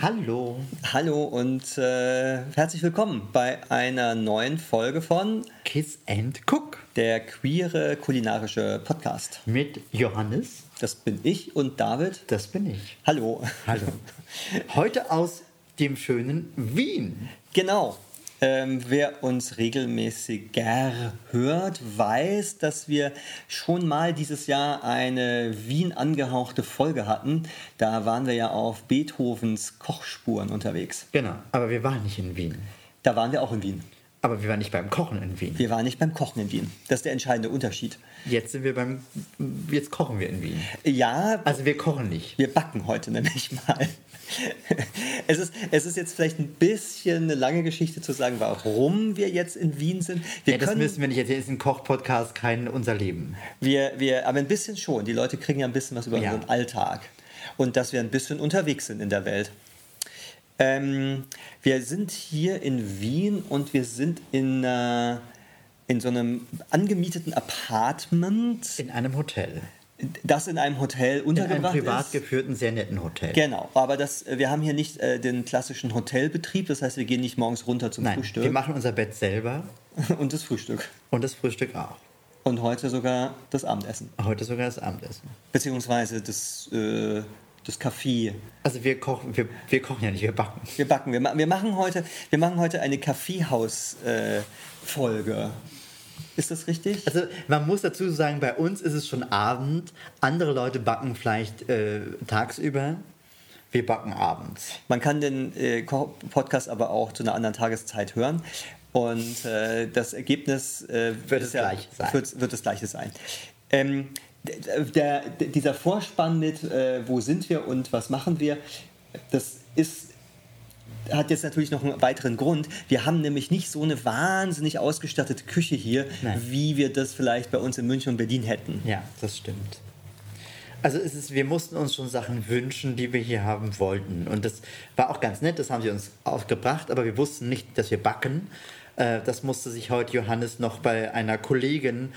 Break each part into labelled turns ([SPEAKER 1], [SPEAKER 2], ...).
[SPEAKER 1] Hallo.
[SPEAKER 2] Hallo und äh, herzlich willkommen bei einer neuen Folge von
[SPEAKER 1] Kiss and Cook
[SPEAKER 2] der queere kulinarische Podcast.
[SPEAKER 1] mit Johannes.
[SPEAKER 2] Das bin ich und David.
[SPEAKER 1] Das bin ich.
[SPEAKER 2] Hallo.
[SPEAKER 1] Hallo. Heute aus dem schönen Wien.
[SPEAKER 2] Genau. Ähm, wer uns regelmäßiger hört, weiß, dass wir schon mal dieses Jahr eine Wien angehauchte Folge hatten. Da waren wir ja auf Beethovens Kochspuren unterwegs.
[SPEAKER 1] Genau. Aber wir waren nicht in Wien.
[SPEAKER 2] Da waren wir auch in Wien.
[SPEAKER 1] Aber wir waren nicht beim Kochen in Wien.
[SPEAKER 2] Wir waren nicht beim Kochen in Wien. Das ist der entscheidende Unterschied.
[SPEAKER 1] Jetzt sind wir beim. Jetzt kochen wir in Wien.
[SPEAKER 2] Ja,
[SPEAKER 1] Also wir kochen nicht.
[SPEAKER 2] Wir backen heute nämlich mal. Es ist, es ist jetzt vielleicht ein bisschen eine lange Geschichte zu sagen, warum wir jetzt in Wien sind. Wir,
[SPEAKER 1] Ja, das
[SPEAKER 2] können,
[SPEAKER 1] müssen wir nicht erzählen. Es ist ein Koch-Podcast, kein unser Leben.
[SPEAKER 2] wir, wir, aber ein bisschen schon. Die Leute kriegen ja ein bisschen was über
[SPEAKER 1] Ja.
[SPEAKER 2] unseren Alltag und dass wir ein bisschen unterwegs sind in der Welt. Ähm, wir sind hier in Wien und wir sind in, äh, in so einem angemieteten Apartment,
[SPEAKER 1] In einem Hotel.
[SPEAKER 2] das in einem Hotel
[SPEAKER 1] In einem
[SPEAKER 2] untergebracht
[SPEAKER 1] privat
[SPEAKER 2] ist.
[SPEAKER 1] geführten, sehr netten Hotel.
[SPEAKER 2] Genau, aber das, wir haben hier nicht äh, den klassischen Hotelbetrieb, das heißt, wir gehen nicht morgens runter zum
[SPEAKER 1] Nein, wir
[SPEAKER 2] Frühstück
[SPEAKER 1] machen unser Bett selber
[SPEAKER 2] und das Frühstück.
[SPEAKER 1] und das Frühstück auch.
[SPEAKER 2] Und heute sogar das Abendessen,
[SPEAKER 1] Heute sogar das Abendessen.
[SPEAKER 2] beziehungsweise das, äh, das Kaffee.
[SPEAKER 1] Also wir kochen, wir, wir kochen ja nicht, wir backen.
[SPEAKER 2] Wir backen, wir, ma- wir, machen, heute, wir machen heute eine Kaffeehaus-Folge. Ist das richtig?
[SPEAKER 1] Also man muss dazu sagen, bei uns ist es schon Abend. Andere Leute backen vielleicht äh, tagsüber. Wir backen abends.
[SPEAKER 2] Man kann den äh, Ko- Podcast aber auch zu einer anderen Tageszeit hören. Und äh, das Ergebnis äh,
[SPEAKER 1] Wird
[SPEAKER 2] ist
[SPEAKER 1] es gleich sein.
[SPEAKER 2] Wird, wird das gleiche sein. Ähm, d- d- der, d- dieser Vorspann mit äh, Wo sind wir und was machen wir, das ist hat jetzt natürlich noch einen weiteren Grund. Wir haben nämlich nicht so eine wahnsinnig ausgestattete Küche hier,
[SPEAKER 1] Nein.
[SPEAKER 2] wie wir das vielleicht bei uns in München und Berlin hätten.
[SPEAKER 1] Ja, das stimmt. Also es ist, wir mussten uns schon Sachen wünschen, die wir hier haben wollten. Und das war auch ganz nett, das haben sie uns aufgebracht, aber wir wussten nicht, dass wir backen. Äh, das musste sich heute Johannes noch bei einer Kollegin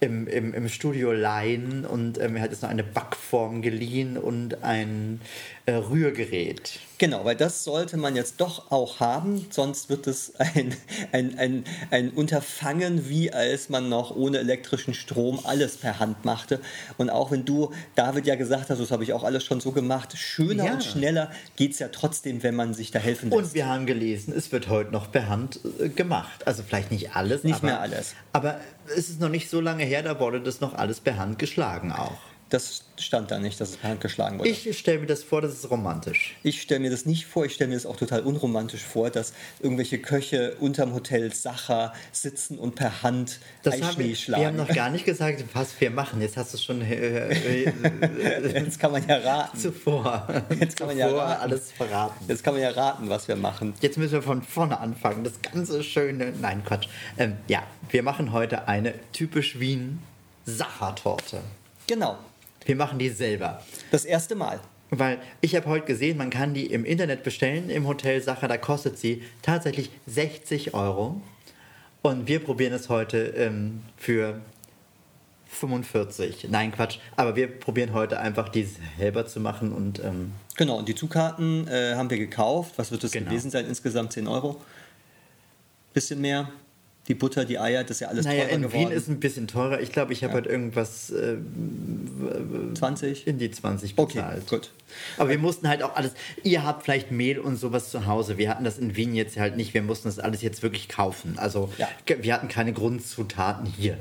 [SPEAKER 1] im, im, im Studio leihen und ähm, er hat jetzt noch eine Backform geliehen und ein äh, Rührgerät.
[SPEAKER 2] Genau, weil das sollte man jetzt doch auch haben, sonst wird es ein, ein, ein, ein Unterfangen, wie als man noch ohne elektrischen Strom alles per Hand machte. Und auch wenn du, David, ja gesagt hast, das habe ich auch alles schon so gemacht, schöner
[SPEAKER 1] Ja.
[SPEAKER 2] und schneller geht es ja trotzdem, wenn man sich da helfen lässt.
[SPEAKER 1] Und wir haben gelesen, es wird heute noch per Hand äh, gemacht. Also vielleicht nicht alles.
[SPEAKER 2] Nicht
[SPEAKER 1] aber,
[SPEAKER 2] mehr alles.
[SPEAKER 1] Aber es ist noch nicht so lange her, da wurde das noch alles per Hand geschlagen auch.
[SPEAKER 2] das stand da nicht, dass es per Hand geschlagen wurde.
[SPEAKER 1] Ich stelle mir das vor, das ist romantisch.
[SPEAKER 2] Ich stelle mir das nicht vor, ich stelle mir das auch total unromantisch vor, dass irgendwelche Köche unterm Hotel Sacher sitzen und per Hand
[SPEAKER 1] Das haben
[SPEAKER 2] Eischnee
[SPEAKER 1] wir,
[SPEAKER 2] schlagen.
[SPEAKER 1] wir haben noch gar nicht gesagt, was wir machen. Jetzt hast du es schon äh, äh,
[SPEAKER 2] Jetzt kann man ja raten.
[SPEAKER 1] zuvor,
[SPEAKER 2] Jetzt kann man ja
[SPEAKER 1] zuvor
[SPEAKER 2] raten.
[SPEAKER 1] alles verraten.
[SPEAKER 2] Jetzt kann man ja raten, was wir machen.
[SPEAKER 1] Jetzt müssen wir von vorne anfangen. Das ganze schöne. Nein, Quatsch. Ähm, ja, wir machen heute eine typisch Wien-Sachertorte.
[SPEAKER 2] Genau.
[SPEAKER 1] Wir machen die selber.
[SPEAKER 2] Das erste Mal.
[SPEAKER 1] Weil ich habe heute gesehen, man kann die im Internet bestellen, im Hotel Sacher, da kostet sie tatsächlich 60 Euro. Und wir probieren es heute ähm, für 45. Nein, Quatsch. Aber wir probieren heute einfach, die selber zu machen und ähm,
[SPEAKER 2] Genau, und die Zukarten äh, haben wir gekauft. Was wird das
[SPEAKER 1] Genau.
[SPEAKER 2] gewesen sein? Insgesamt 10 Euro. Bisschen mehr. Die Butter, die Eier, das ist ja alles
[SPEAKER 1] naja,
[SPEAKER 2] teurer
[SPEAKER 1] in
[SPEAKER 2] geworden.
[SPEAKER 1] Wien ist ein bisschen teurer. Ich glaube, ich habe heute irgendwas äh,
[SPEAKER 2] 20.
[SPEAKER 1] in die 20
[SPEAKER 2] Okay,
[SPEAKER 1] bezahlt.
[SPEAKER 2] gut.
[SPEAKER 1] Aber wir mussten halt auch alles. Ihr habt vielleicht Mehl und sowas zu Hause. Wir hatten das in Wien jetzt halt nicht. Wir mussten das alles jetzt wirklich kaufen. Also
[SPEAKER 2] Ja.
[SPEAKER 1] ge- wir hatten keine Grundzutaten hier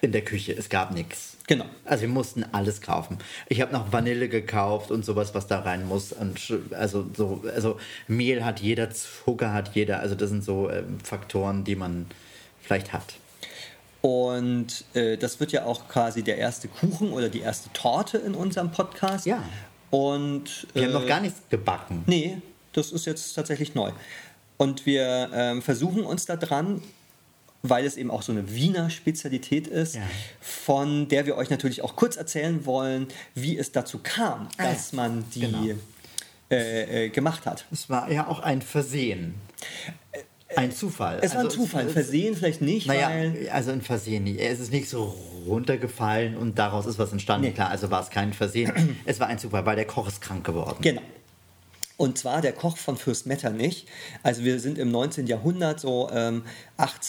[SPEAKER 1] in der Küche. Es gab nichts.
[SPEAKER 2] Genau.
[SPEAKER 1] Also wir mussten alles kaufen. Ich habe noch Vanille gekauft und sowas, was da rein muss. Und sch- also so, also Mehl hat jeder, Zucker hat jeder. Also das sind so ähm, Faktoren, die man vielleicht hat.
[SPEAKER 2] Und äh, das wird ja auch quasi der erste Kuchen oder die erste Torte in unserem Podcast.
[SPEAKER 1] Ja.
[SPEAKER 2] Und
[SPEAKER 1] Wir
[SPEAKER 2] äh,
[SPEAKER 1] haben noch gar nichts gebacken.
[SPEAKER 2] Nee, das ist jetzt tatsächlich neu. Und wir ähm, versuchen uns da dran, weil es eben auch so eine Wiener Spezialität ist,
[SPEAKER 1] Ja.
[SPEAKER 2] von der wir euch natürlich auch kurz erzählen wollen, wie es dazu kam,
[SPEAKER 1] Ah,
[SPEAKER 2] dass man die
[SPEAKER 1] genau.
[SPEAKER 2] äh, äh, gemacht hat.
[SPEAKER 1] Es war ja auch ein Versehen. Ein Zufall.
[SPEAKER 2] Äh, Es war ein
[SPEAKER 1] Also
[SPEAKER 2] Zufall,
[SPEAKER 1] es-
[SPEAKER 2] versehen vielleicht nicht, weil
[SPEAKER 1] Naja, also ein Versehen nicht. Es ist nicht so runtergefallen und daraus ist was entstanden. Klar, also war es kein Versehen. es war ein Zufall, weil der Koch ist krank geworden.
[SPEAKER 2] Genau. Und zwar der Koch von Fürst Metternich. Also wir sind im 19. Jahrhundert, so ähm,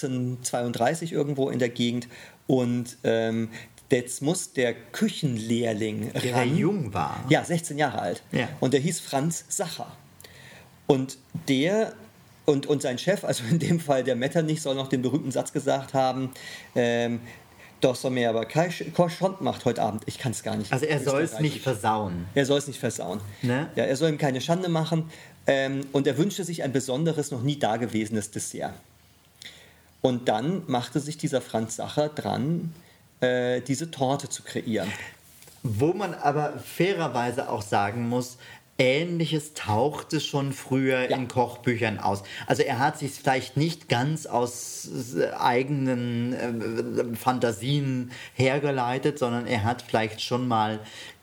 [SPEAKER 2] 1832 irgendwo in der Gegend. Und ähm, jetzt muss der Küchenlehrling
[SPEAKER 1] Der ja jung war.
[SPEAKER 2] Ja, 16 Jahre alt.
[SPEAKER 1] Genau. Ja.
[SPEAKER 2] Und der hieß Franz Sacher. Und der und, und sein Chef, also in dem Fall der Metternich, soll noch den berühmten Satz gesagt haben, ähm, doch soll mir aber kein Sch- kein Schond macht heute Abend. Ich kann es gar nicht.
[SPEAKER 1] Also er soll es nicht versauen.
[SPEAKER 2] Er soll es nicht versauen.
[SPEAKER 1] Ne?
[SPEAKER 2] Ja, er soll ihm keine Schande machen. Ähm, und er wünschte sich ein besonderes, noch nie dagewesenes Dessert. Und dann machte sich dieser Franz Sacher dran, äh, diese Torte zu kreieren.
[SPEAKER 1] Wo man aber fairerweise auch sagen muss, Ähnliches tauchte schon früher
[SPEAKER 2] Ja.
[SPEAKER 1] in Kochbüchern aus. Also er hat sich vielleicht nicht ganz aus äh, eigenen ähm, Fantasien hergeleitet, sondern er hat vielleicht schon mal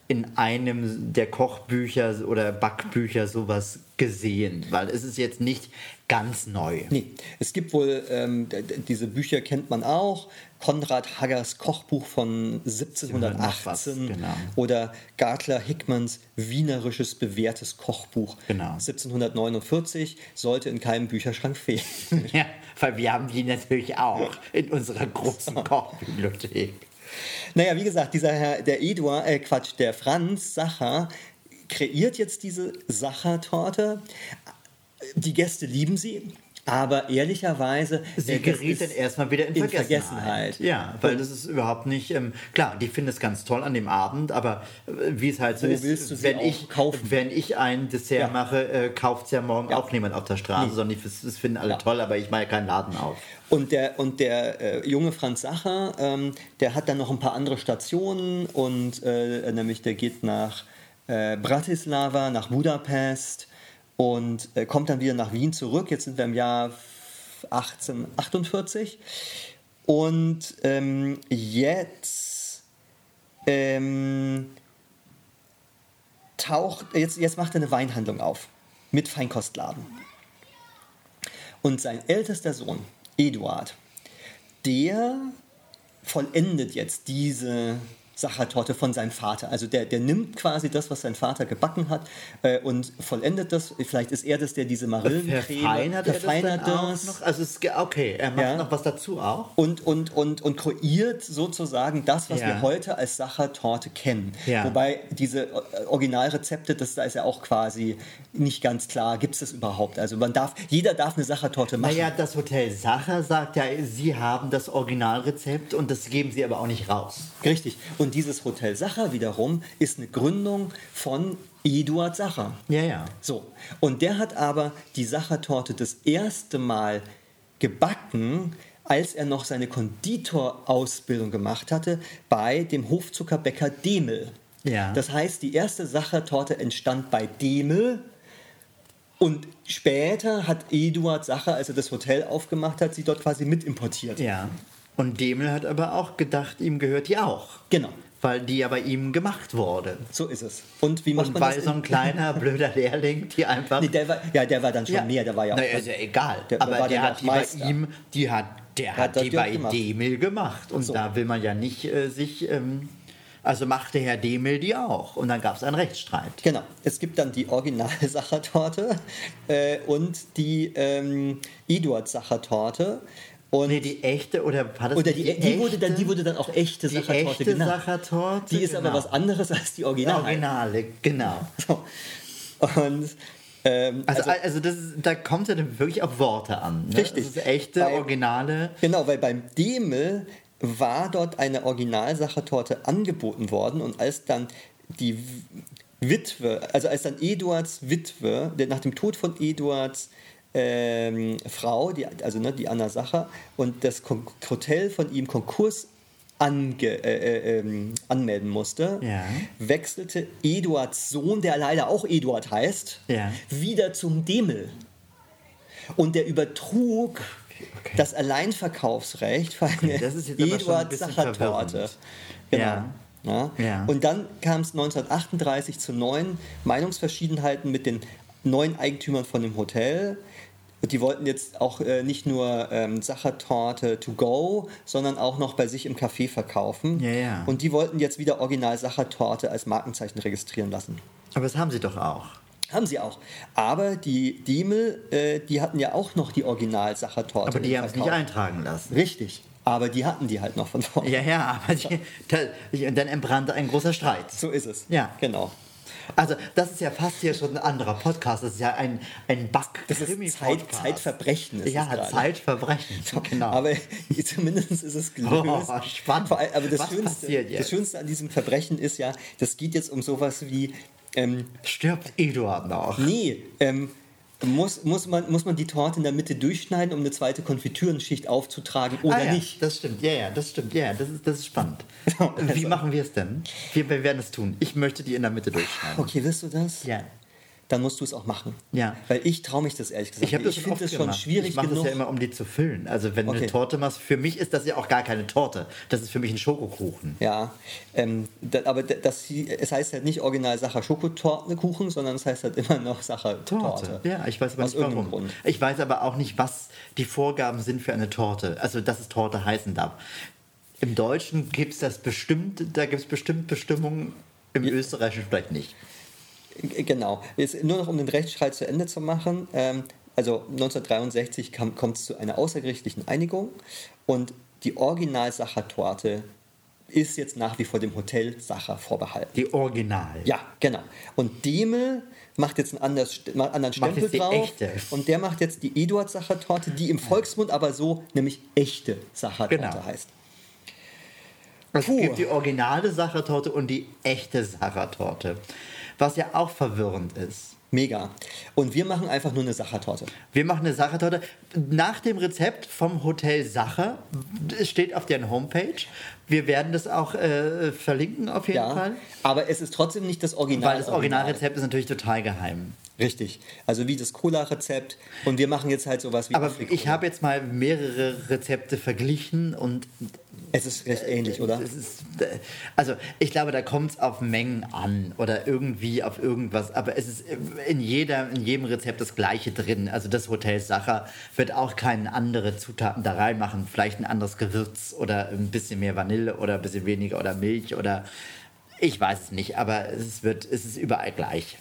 [SPEAKER 1] in einem der Kochbücher oder Backbücher sowas gesehen, weil es ist jetzt nicht ganz neu.
[SPEAKER 2] Nee, es gibt wohl, ähm, d- d- diese Bücher kennt man auch, Konrad Haggers Kochbuch von 1718
[SPEAKER 1] Genau.
[SPEAKER 2] oder Gartler Hickmans Wienerisches bewährtes Kochbuch
[SPEAKER 1] Genau.
[SPEAKER 2] 1749 sollte in keinem Bücherschrank fehlen.
[SPEAKER 1] Ja, weil wir haben die natürlich auch in unserer großen Kochbibliothek.
[SPEAKER 2] Naja, wie gesagt, dieser Herr, der Eduard, äh Quatsch, der Franz Sacher kreiert jetzt diese Sacher-Torte. Die Gäste lieben sie, aber ehrlicherweise.
[SPEAKER 1] Sie
[SPEAKER 2] äh, das
[SPEAKER 1] geriet dann
[SPEAKER 2] ist-
[SPEAKER 1] erstmal wieder in,
[SPEAKER 2] in
[SPEAKER 1] Vergessenheit.
[SPEAKER 2] Vergessenheit.
[SPEAKER 1] Ja, weil das ist überhaupt nicht, ähm, klar, die finden es ganz toll an dem Abend, aber äh, wie es halt so
[SPEAKER 2] Wo
[SPEAKER 1] ist,
[SPEAKER 2] willst du sie
[SPEAKER 1] wenn,
[SPEAKER 2] auch
[SPEAKER 1] ich,
[SPEAKER 2] kaufen?
[SPEAKER 1] wenn ich ein Dessert
[SPEAKER 2] Ja.
[SPEAKER 1] mache, äh, kauft es ja morgen auch niemand auf der Straße,
[SPEAKER 2] Nee.
[SPEAKER 1] sondern die- das das finden alle
[SPEAKER 2] Ja.
[SPEAKER 1] toll, aber ich mache ja keinen Laden auf.
[SPEAKER 2] Und der, und der äh, junge Franz Sacher, ähm, der hat dann noch ein paar andere Stationen und äh, nämlich der geht nach äh, Bratislava, nach Budapest und äh, kommt dann wieder nach Wien zurück. Jetzt sind wir im Jahr 1848 und ähm, jetzt ähm, taucht, jetzt, jetzt macht er eine Weinhandlung auf mit Feinkostladen. Und sein ältester Sohn, Eduard, der vollendet jetzt diese Sachertorte von seinem Vater. Also der, der nimmt quasi das, was sein Vater gebacken hat äh, und vollendet das. Vielleicht ist er das, der diese Marillencreme
[SPEAKER 1] Verfeinert er das dann auch
[SPEAKER 2] das.
[SPEAKER 1] noch? Also es, ist ge- okay, er macht
[SPEAKER 2] Ja.
[SPEAKER 1] noch was dazu auch.
[SPEAKER 2] und, und, und, und kreiert sozusagen das, was
[SPEAKER 1] Ja.
[SPEAKER 2] wir heute als Sachertorte kennen.
[SPEAKER 1] Ja.
[SPEAKER 2] Wobei diese äh, Originalrezepte, das da ist ja auch quasi nicht ganz klar, gibt es das überhaupt? Also man darf, jeder darf eine Sachertorte machen.
[SPEAKER 1] Naja, das Hotel Sacher sagt ja, sie haben das Originalrezept und das geben sie aber auch nicht raus.
[SPEAKER 2] Richtig. Und dieses Hotel Sacher wiederum ist eine Gründung von Eduard Sacher.
[SPEAKER 1] Ja, ja.
[SPEAKER 2] So, und der hat aber die Sachertorte das erste Mal gebacken, als er noch seine Konditorausbildung gemacht hatte bei dem Hofzuckerbäcker Demel.
[SPEAKER 1] Ja.
[SPEAKER 2] Das heißt, die erste Sachertorte entstand bei Demel und später hat Eduard Sacher, als er das Hotel aufgemacht hat, sie dort quasi mit importiert.
[SPEAKER 1] Ja. Und Demel hat aber auch gedacht, ihm gehört die auch.
[SPEAKER 2] Genau,
[SPEAKER 1] Weil die ja bei ihm gemacht wurde.
[SPEAKER 2] so ist es. Und wie macht
[SPEAKER 1] Und
[SPEAKER 2] man
[SPEAKER 1] weil
[SPEAKER 2] das?
[SPEAKER 1] so ein
[SPEAKER 2] in-
[SPEAKER 1] kleiner blöder Lehrling, die einfach.
[SPEAKER 2] Nee, der war, ja, der war dann schon mehr, der war ja auch.
[SPEAKER 1] Na, ist ja egal.
[SPEAKER 2] Der
[SPEAKER 1] aber
[SPEAKER 2] war
[SPEAKER 1] der
[SPEAKER 2] dann
[SPEAKER 1] hat
[SPEAKER 2] auch
[SPEAKER 1] die bei
[SPEAKER 2] Meister.
[SPEAKER 1] ihm, die hat, der hat
[SPEAKER 2] hat
[SPEAKER 1] die
[SPEAKER 2] das
[SPEAKER 1] bei
[SPEAKER 2] gemacht.
[SPEAKER 1] Demel gemacht. Und da will man ja nicht äh, sich. Ähm, also machte Herr Demel die auch. Und dann gab es einen Rechtsstreit.
[SPEAKER 2] Genau, es gibt dann die Original-Sachertorte äh, und die ähm, Eduard-Sachertorte. Und
[SPEAKER 1] Nee, die echte oder war das
[SPEAKER 2] oder
[SPEAKER 1] nicht
[SPEAKER 2] die, e-, die, wurde dann, die wurde dann auch echte
[SPEAKER 1] die
[SPEAKER 2] Sachertorte
[SPEAKER 1] echte
[SPEAKER 2] genannt.
[SPEAKER 1] Sachertorte?
[SPEAKER 2] die ist aber
[SPEAKER 1] Genau.
[SPEAKER 2] was anderes als die
[SPEAKER 1] Die
[SPEAKER 2] Original.
[SPEAKER 1] Originale, genau.
[SPEAKER 2] So. Und ähm,
[SPEAKER 1] Also, also, das ist, da kommt ja dann wirklich auf Worte an. Ne?
[SPEAKER 2] Richtig.
[SPEAKER 1] Das ist echte,
[SPEAKER 2] Bei-
[SPEAKER 1] originale.
[SPEAKER 2] Genau, weil beim Demel war dort eine Originalsachertorte angeboten worden und als dann die W- Witwe, also als dann Eduards Witwe, der nach dem Tod von Eduards ähm, Frau, die, also ne, die Anna Sacher, und das Kon Hotel von ihm Konkurs ange, äh, äh, ähm, anmelden musste,
[SPEAKER 1] Ja.
[SPEAKER 2] wechselte Eduards Sohn, der leider auch Eduard heißt,
[SPEAKER 1] Ja.
[SPEAKER 2] wieder zum Demel. Und der übertrug
[SPEAKER 1] Okay.
[SPEAKER 2] das Alleinverkaufsrecht für eine
[SPEAKER 1] das ist jetzt aber schon ein
[SPEAKER 2] Eduard
[SPEAKER 1] bisschen
[SPEAKER 2] Sacher-Torte.
[SPEAKER 1] verwirrend.
[SPEAKER 2] Genau.
[SPEAKER 1] Ja.
[SPEAKER 2] Ja.
[SPEAKER 1] Ja.
[SPEAKER 2] Und dann kam es 1938 zu neuen Meinungsverschiedenheiten mit den neuen Eigentümern von dem Hotel. Die wollten jetzt auch äh, nicht nur ähm, Sachertorte to go, sondern auch noch bei sich im Café verkaufen.
[SPEAKER 1] Ja, ja.
[SPEAKER 2] Und die wollten jetzt wieder Original Sachertorte als Markenzeichen registrieren lassen.
[SPEAKER 1] Aber das haben sie doch auch.
[SPEAKER 2] Haben sie auch. Aber die Diemel, äh, die hatten ja auch noch die Original-Sachertorte.
[SPEAKER 1] Aber die
[SPEAKER 2] im
[SPEAKER 1] haben es
[SPEAKER 2] Verkauf.
[SPEAKER 1] nicht eintragen lassen.
[SPEAKER 2] Richtig. Aber die hatten die halt noch von vorne.
[SPEAKER 1] Ja, ja, aber die, da, und dann entbrannte ein großer Streit.
[SPEAKER 2] So ist es.
[SPEAKER 1] Ja.
[SPEAKER 2] Genau.
[SPEAKER 1] Also, das ist ja fast hier schon ein anderer Podcast. Das ist ja ein, ein Back.
[SPEAKER 2] Das ist Zeit, Zeitverbrechen. Ist es
[SPEAKER 1] Ja,
[SPEAKER 2] gerade.
[SPEAKER 1] Zeitverbrechen. Genau.
[SPEAKER 2] Aber zumindest ist es gelöst.
[SPEAKER 1] Oh, spannend.
[SPEAKER 2] Vor allem, aber das
[SPEAKER 1] Was
[SPEAKER 2] Schönste,
[SPEAKER 1] passiert jetzt?
[SPEAKER 2] das Schönste an diesem Verbrechen ist ja, das geht jetzt um sowas wie, ähm,
[SPEAKER 1] Stirbt Eduard noch?
[SPEAKER 2] nee, ähm, muss, muss, man, muss man die Torte in der Mitte durchschneiden, um eine zweite Konfitürenschicht aufzutragen oder
[SPEAKER 1] ah, ja,
[SPEAKER 2] nicht? Also-
[SPEAKER 1] Das stimmt, ja, ja, das stimmt, ja, ja, das ist, das ist spannend. Wie machen wir es denn? Wir, wir werden es tun. Ich möchte die in der Mitte durchschneiden.
[SPEAKER 2] Okay, wirst du das?
[SPEAKER 1] Ja.
[SPEAKER 2] Dann musst du es auch machen.
[SPEAKER 1] Ja.
[SPEAKER 2] Weil ich traue mich das ehrlich gesagt.
[SPEAKER 1] Ich habe
[SPEAKER 2] nicht.
[SPEAKER 1] das
[SPEAKER 2] ich
[SPEAKER 1] schon oft
[SPEAKER 2] finde das schon
[SPEAKER 1] gemacht.
[SPEAKER 2] schwierig
[SPEAKER 1] Ich mache das
[SPEAKER 2] genug.
[SPEAKER 1] ja immer, um die zu füllen. Also wenn du
[SPEAKER 2] Okay.
[SPEAKER 1] eine Torte machst, für mich ist das ja auch gar keine Torte. Das ist für mich ein Schokokuchen.
[SPEAKER 2] Ja, ähm, da, aber da- das, es heißt halt nicht original Sacher Schokotortenkuchen, sondern es heißt halt immer noch Sacher Torte.
[SPEAKER 1] Ja, ich weiß aber
[SPEAKER 2] Aus
[SPEAKER 1] nicht warum.
[SPEAKER 2] irgendeinem Grund.
[SPEAKER 1] Ich weiß aber auch nicht, was die Vorgaben sind für eine Torte. Also, dass es Torte heißen darf. Im Deutschen gibt es das bestimmt, da gibt es bestimmt Bestimmungen, im Österreichischen vielleicht nicht.
[SPEAKER 2] G- Genau. Jetzt nur noch um den Rechtsstreit zu Ende zu machen. Ähm, also 1963 kam, kommt es zu einer außergerichtlichen Einigung und die original Sacher Torte ist jetzt nach wie vor dem Hotel Sacher vorbehalten.
[SPEAKER 1] Die Original.
[SPEAKER 2] Ja, genau. Und Demel macht jetzt einen anders, ma- anderen
[SPEAKER 1] Macht
[SPEAKER 2] Stempel
[SPEAKER 1] jetzt die
[SPEAKER 2] drauf.
[SPEAKER 1] echte.
[SPEAKER 2] Und der macht jetzt die Eduard-Sacher-Torte, die im Volksmund aber so nämlich echte Sacher-Torte
[SPEAKER 1] Genau.
[SPEAKER 2] heißt.
[SPEAKER 1] Es
[SPEAKER 2] Puh.
[SPEAKER 1] gibt die originale Sachertorte und die echte Sachertorte. Was ja auch verwirrend ist.
[SPEAKER 2] Mega. Und wir machen einfach nur eine Sacher-Torte.
[SPEAKER 1] Wir machen eine Sachertorte. Nach dem Rezept vom Hotel Sacher es steht auf deren Homepage. Wir werden das auch äh, verlinken auf jeden
[SPEAKER 2] Ja,
[SPEAKER 1] Fall.
[SPEAKER 2] aber es ist trotzdem nicht das Original.
[SPEAKER 1] Weil das Originalrezept ist natürlich total geheim.
[SPEAKER 2] Richtig. Also wie das Cola-Rezept. Und wir machen jetzt halt sowas wie.
[SPEAKER 1] Aber
[SPEAKER 2] Apfelkuchen.
[SPEAKER 1] ich habe jetzt mal mehrere Rezepte verglichen und
[SPEAKER 2] Es ist recht ähnlich, oder?
[SPEAKER 1] es ist, äh, also ich glaube, da kommt es auf Mengen an oder irgendwie auf irgendwas. Aber es ist äh, in, jeder, in jedem Rezept das Gleiche drin. Also das Hotel Sacher wird auch keine andere Zutaten da reinmachen. Vielleicht ein anderes Gewürz oder ein bisschen mehr Vanille oder ein bisschen weniger oder Milch oder ich weiß es nicht. Aber es wird, es ist überall gleich.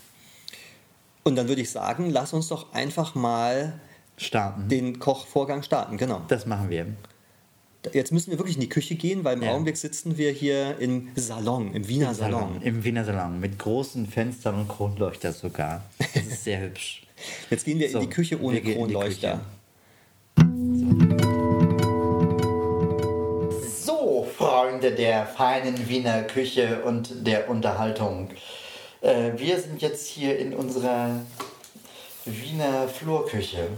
[SPEAKER 2] Und dann würde ich sagen, lass uns doch einfach mal
[SPEAKER 1] Starten.
[SPEAKER 2] den Kochvorgang starten. Genau.
[SPEAKER 1] Das machen wir.
[SPEAKER 2] Jetzt müssen wir wirklich in die Küche gehen, weil im
[SPEAKER 1] Ja.
[SPEAKER 2] Augenblick sitzen wir hier im Salon, im Wiener Salon.
[SPEAKER 1] Im Wiener Salon mit großen Fenstern und Kronleuchter sogar. Das ist sehr hübsch.
[SPEAKER 2] Jetzt gehen wir in
[SPEAKER 1] So,
[SPEAKER 2] die Küche ohne
[SPEAKER 1] wir gehen in die
[SPEAKER 2] Kronleuchter.
[SPEAKER 1] So, Freunde der feinen Wiener Küche und der Unterhaltung. Äh, wir sind jetzt hier in unserer Wiener Flurküche.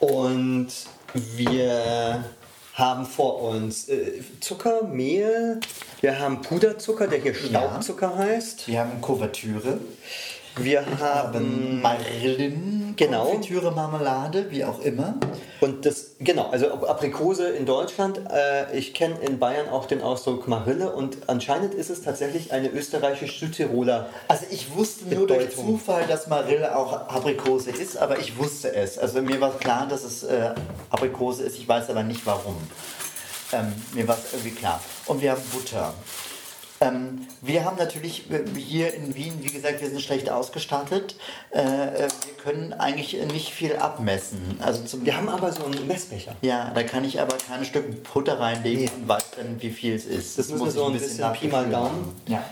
[SPEAKER 2] Und wir haben vor uns äh, Zucker, Mehl, wir haben Puderzucker, der hier Staubzucker heißt.
[SPEAKER 1] Wir haben Kuvertüre,
[SPEAKER 2] Wir haben
[SPEAKER 1] Mm. Marillen,
[SPEAKER 2] Genau.
[SPEAKER 1] Konfitüre, Marmelade, wie auch immer.
[SPEAKER 2] und das genau, also Aprikose in Deutschland, äh, ich kenne in Bayern auch den Ausdruck Marille und anscheinend ist es tatsächlich eine österreichische Südtiroler.
[SPEAKER 1] Also ich wusste nur durch
[SPEAKER 2] Bedeutung.
[SPEAKER 1] Zufall, dass Marille auch Aprikose ist, aber ich wusste es. Also mir war klar, dass es äh, Aprikose ist, ich weiß aber nicht warum. Ähm, mir war es irgendwie klar. Und wir haben Butter. Ähm, wir haben natürlich äh, hier in Wien, wie gesagt, wir sind schlecht ausgestattet. Äh, äh, wir können eigentlich nicht viel abmessen. Also zum
[SPEAKER 2] Wir haben aber so einen Messbecher.
[SPEAKER 1] ja, da kann ich aber keine Stücke Butter reinlegen und weiß dann, wie viel es ist.
[SPEAKER 2] Das müssen wir
[SPEAKER 1] muss ich
[SPEAKER 2] so ein bisschen Pi mal
[SPEAKER 1] nachgefühlt
[SPEAKER 2] Daumen.
[SPEAKER 1] haben. Ja.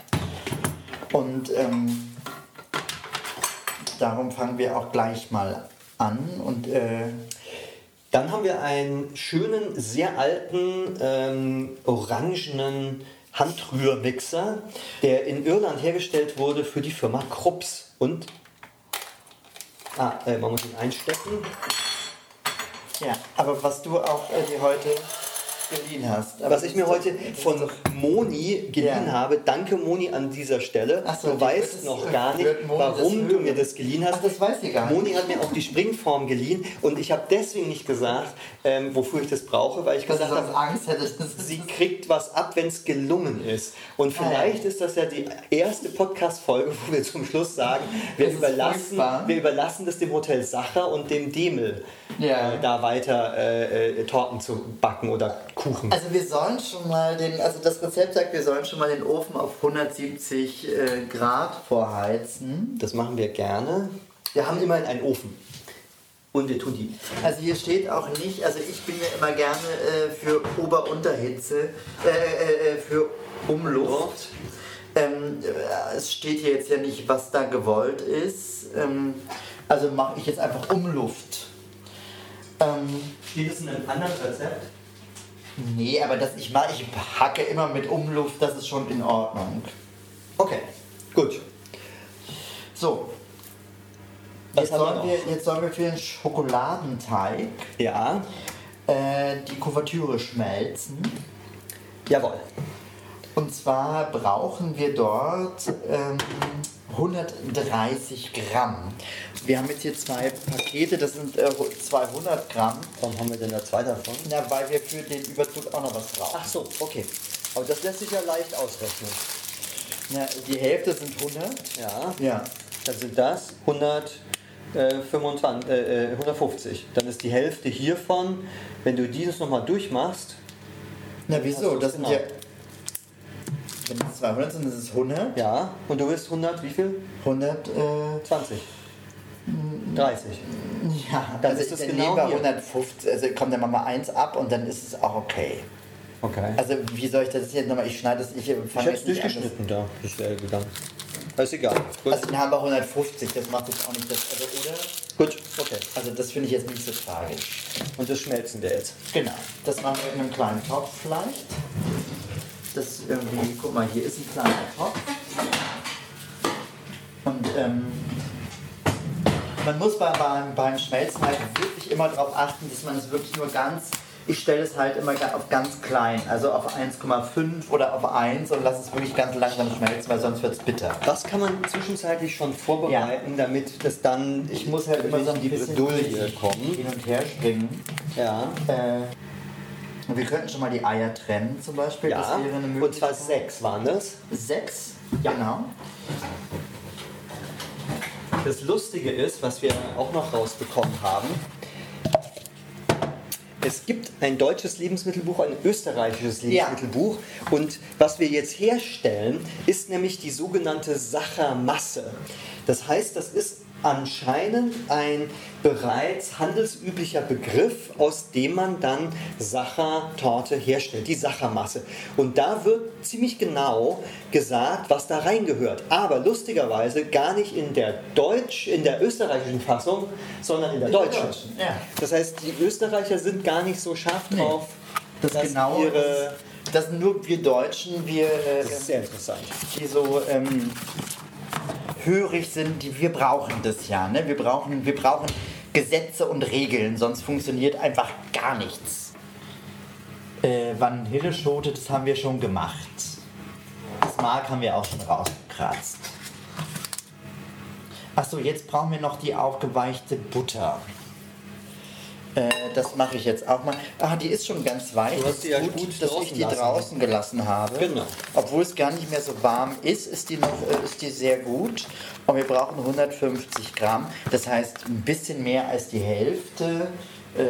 [SPEAKER 1] Und ähm, darum fangen wir auch gleich mal an. Und äh,
[SPEAKER 2] Dann haben wir einen schönen, sehr alten, ähm, orangenen Handrührmixer, der in Irland hergestellt wurde für die Firma Krups. Und ah, äh, man muss ihn einstecken.
[SPEAKER 1] ja, aber was du auch äh, dir heute geliehen hast. Aber
[SPEAKER 2] Was ich mir heute von Moni geliehen
[SPEAKER 1] Ja.
[SPEAKER 2] habe, danke Moni an dieser Stelle.
[SPEAKER 1] Ach so,
[SPEAKER 2] du
[SPEAKER 1] die-
[SPEAKER 2] weißt
[SPEAKER 1] das-
[SPEAKER 2] noch
[SPEAKER 1] äh,
[SPEAKER 2] gar nicht,
[SPEAKER 1] wird Moni
[SPEAKER 2] warum
[SPEAKER 1] das
[SPEAKER 2] du
[SPEAKER 1] hören?
[SPEAKER 2] mir das geliehen hast.
[SPEAKER 1] Ach, das weiß sie gar nicht.
[SPEAKER 2] Moni hat mir auch die Springform geliehen und ich habe deswegen nicht gesagt, ähm, wofür ich das brauche, weil ich
[SPEAKER 1] dass du
[SPEAKER 2] gesagt habe,
[SPEAKER 1] sonst Angst hättest. Das ist
[SPEAKER 2] sie kriegt was ab, wenn es gelungen ist. Und
[SPEAKER 1] Ah,
[SPEAKER 2] vielleicht ist das ja die erste Podcast-Folge, wo wir zum Schluss sagen, wir
[SPEAKER 1] Das ist
[SPEAKER 2] überlassen,
[SPEAKER 1] furchtbar.
[SPEAKER 2] wir überlassen das dem Hotel Sacher und dem Demel,
[SPEAKER 1] Ja.
[SPEAKER 2] äh, da weiter äh, äh, Torten zu backen oder Kuchen.
[SPEAKER 1] Also wir sollen schon mal den, also das Rezept sagt, wir sollen schon mal den Ofen auf 170 äh, Grad vorheizen.
[SPEAKER 2] Das machen wir gerne. Wir haben immerhin einen Ofen. Und wir tun die.
[SPEAKER 1] Also hier steht auch nicht, also ich bin ja immer gerne äh, für Ober-Unterhitze, äh, äh, für Umluft. Ähm, äh, es steht hier jetzt ja nicht, was da gewollt ist. Ähm, also mache ich jetzt einfach Umluft. Ähm,
[SPEAKER 2] Steht das in einem anderen Rezept?
[SPEAKER 1] nee, aber das, ich, mach, ich hacke immer mit Umluft, das ist schon in Ordnung.
[SPEAKER 2] Okay, gut.
[SPEAKER 1] So.
[SPEAKER 2] Was
[SPEAKER 1] Jetzt
[SPEAKER 2] haben wir
[SPEAKER 1] sollen,
[SPEAKER 2] noch?
[SPEAKER 1] wir, jetzt sollen wir für den Schokoladenteig
[SPEAKER 2] Ja,
[SPEAKER 1] äh, die Kuvertüre schmelzen.
[SPEAKER 2] jawohl.
[SPEAKER 1] Und zwar brauchen wir dort ähm, 130 Gramm. Wir haben jetzt hier zwei Pakete, das sind äh, 200 Gramm.
[SPEAKER 2] Warum haben wir denn da zwei davon?
[SPEAKER 1] Na, weil wir für den Überzug auch noch was brauchen.
[SPEAKER 2] Ach so, okay. Aber das lässt sich ja leicht ausrechnen.
[SPEAKER 1] Na, die Hälfte sind 100.
[SPEAKER 2] Ja,
[SPEAKER 1] Ja.
[SPEAKER 2] dann sind das 125, äh, äh, 150. Dann ist die Hälfte hiervon. Wenn du dieses nochmal durchmachst,
[SPEAKER 1] Na, wieso?
[SPEAKER 2] Ach so,
[SPEAKER 1] Das sind
[SPEAKER 2] genau.
[SPEAKER 1] ja. Wenn es 200 sind, ist es 100.
[SPEAKER 2] ja, und du willst 100, wie viel?
[SPEAKER 1] 100, äh,
[SPEAKER 2] 20. 30.
[SPEAKER 1] Ja,
[SPEAKER 2] Dann
[SPEAKER 1] also
[SPEAKER 2] ist es
[SPEAKER 1] dann
[SPEAKER 2] genau
[SPEAKER 1] nehmen wir
[SPEAKER 2] hier.
[SPEAKER 1] 150, also kommt dann machen wir 1 ab und dann ist es auch okay.
[SPEAKER 2] Okay.
[SPEAKER 1] Also wie soll ich das jetzt nochmal, ich schneide das, ich fange
[SPEAKER 2] ich hab's
[SPEAKER 1] jetzt nicht an, das-
[SPEAKER 2] durchgeschnitten da. Ist äh, gegangen. Aber Ist egal. Gut.
[SPEAKER 1] Also dann haben wir 150, das macht jetzt auch nicht das, also oder?
[SPEAKER 2] Gut, okay.
[SPEAKER 1] Also das finde ich jetzt nicht so tragisch.
[SPEAKER 2] Und das schmelzen wir jetzt.
[SPEAKER 1] Genau, das machen wir in einem kleinen Topf vielleicht. Das irgendwie, guck mal, hier ist ein kleiner Topf. Und ähm, man muss bei, beim, beim Schmelzen halt wirklich immer darauf achten, dass man es wirklich nur ganz, ich stelle es halt immer ga- auf ganz klein, also auf 1,5 oder auf 1 und lasse es wirklich ganz langsam schmelzen, weil sonst wird es bitter.
[SPEAKER 2] Was kann man zwischenzeitlich schon vorbereiten, damit das dann,
[SPEAKER 1] Ich muss halt immer so ein
[SPEAKER 2] in die
[SPEAKER 1] bisschen
[SPEAKER 2] Bredouille kommen?
[SPEAKER 1] hin und her springen.
[SPEAKER 2] Ja.
[SPEAKER 1] Äh, und wir könnten schon mal die Eier trennen zum Beispiel.
[SPEAKER 2] Ja,
[SPEAKER 1] Das wäre eine
[SPEAKER 2] und zwar
[SPEAKER 1] Möglichkeit.
[SPEAKER 2] sechs waren das.
[SPEAKER 1] Sechs?
[SPEAKER 2] Ja.
[SPEAKER 1] Genau.
[SPEAKER 2] Das Lustige ist, was wir auch noch rausbekommen haben, es gibt ein deutsches Lebensmittelbuch, ein österreichisches Lebensmittelbuch. Und was wir jetzt herstellen, ist nämlich die sogenannte Sachermasse. Das heißt, das ist anscheinend ein bereits handelsüblicher Begriff, aus dem man dann Sachertorte herstellt, die Sachermasse. Und da wird ziemlich genau gesagt, was da reingehört. Aber lustigerweise gar nicht in der deutsch, in der österreichischen Fassung, sondern in der
[SPEAKER 1] In der
[SPEAKER 2] deutschen.
[SPEAKER 1] deutschen, ja.
[SPEAKER 2] Das heißt, die Österreicher sind gar nicht so scharf
[SPEAKER 1] Nee.
[SPEAKER 2] drauf,
[SPEAKER 1] Das
[SPEAKER 2] dass
[SPEAKER 1] genau.
[SPEAKER 2] ihre.
[SPEAKER 1] das, das sind nur wir Deutschen, wir, äh,
[SPEAKER 2] Das ist sehr interessant.
[SPEAKER 1] die so ähm, hörig sind, die, wir brauchen das ja. Ne? Wir, brauchen, wir brauchen Gesetze und Regeln, sonst funktioniert einfach gar nichts. Äh, Vanilleschote, das haben wir schon gemacht. Das Mark haben wir auch schon rausgekratzt. Achso, jetzt brauchen wir noch die aufgeweichte Butter. Äh, das mache ich jetzt auch mal. Ah, die ist schon ganz weich.
[SPEAKER 2] Du hast die ja gut
[SPEAKER 1] dass ich
[SPEAKER 2] draußen
[SPEAKER 1] die
[SPEAKER 2] lassen.
[SPEAKER 1] draußen gelassen habe.
[SPEAKER 2] Genau.
[SPEAKER 1] Obwohl es gar nicht mehr so warm ist, ist die, noch, äh, ist die sehr gut. Und wir brauchen 150 Gramm. Das heißt, ein bisschen mehr als die Hälfte. Äh,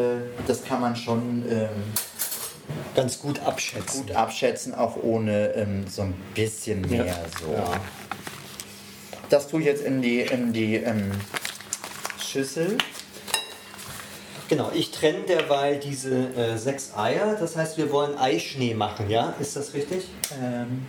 [SPEAKER 1] Das kann man schon ähm,
[SPEAKER 2] Ganz gut abschätzen.
[SPEAKER 1] gut abschätzen, auch ohne ähm, so ein bisschen mehr. So.
[SPEAKER 2] Ja.
[SPEAKER 1] Das tue ich jetzt in die, in die ähm, Schüssel.
[SPEAKER 2] Genau, ich trenne derweil diese äh, sechs Eier. Das heißt, wir wollen Eischnee machen, ja? Ist das richtig?
[SPEAKER 1] Ähm,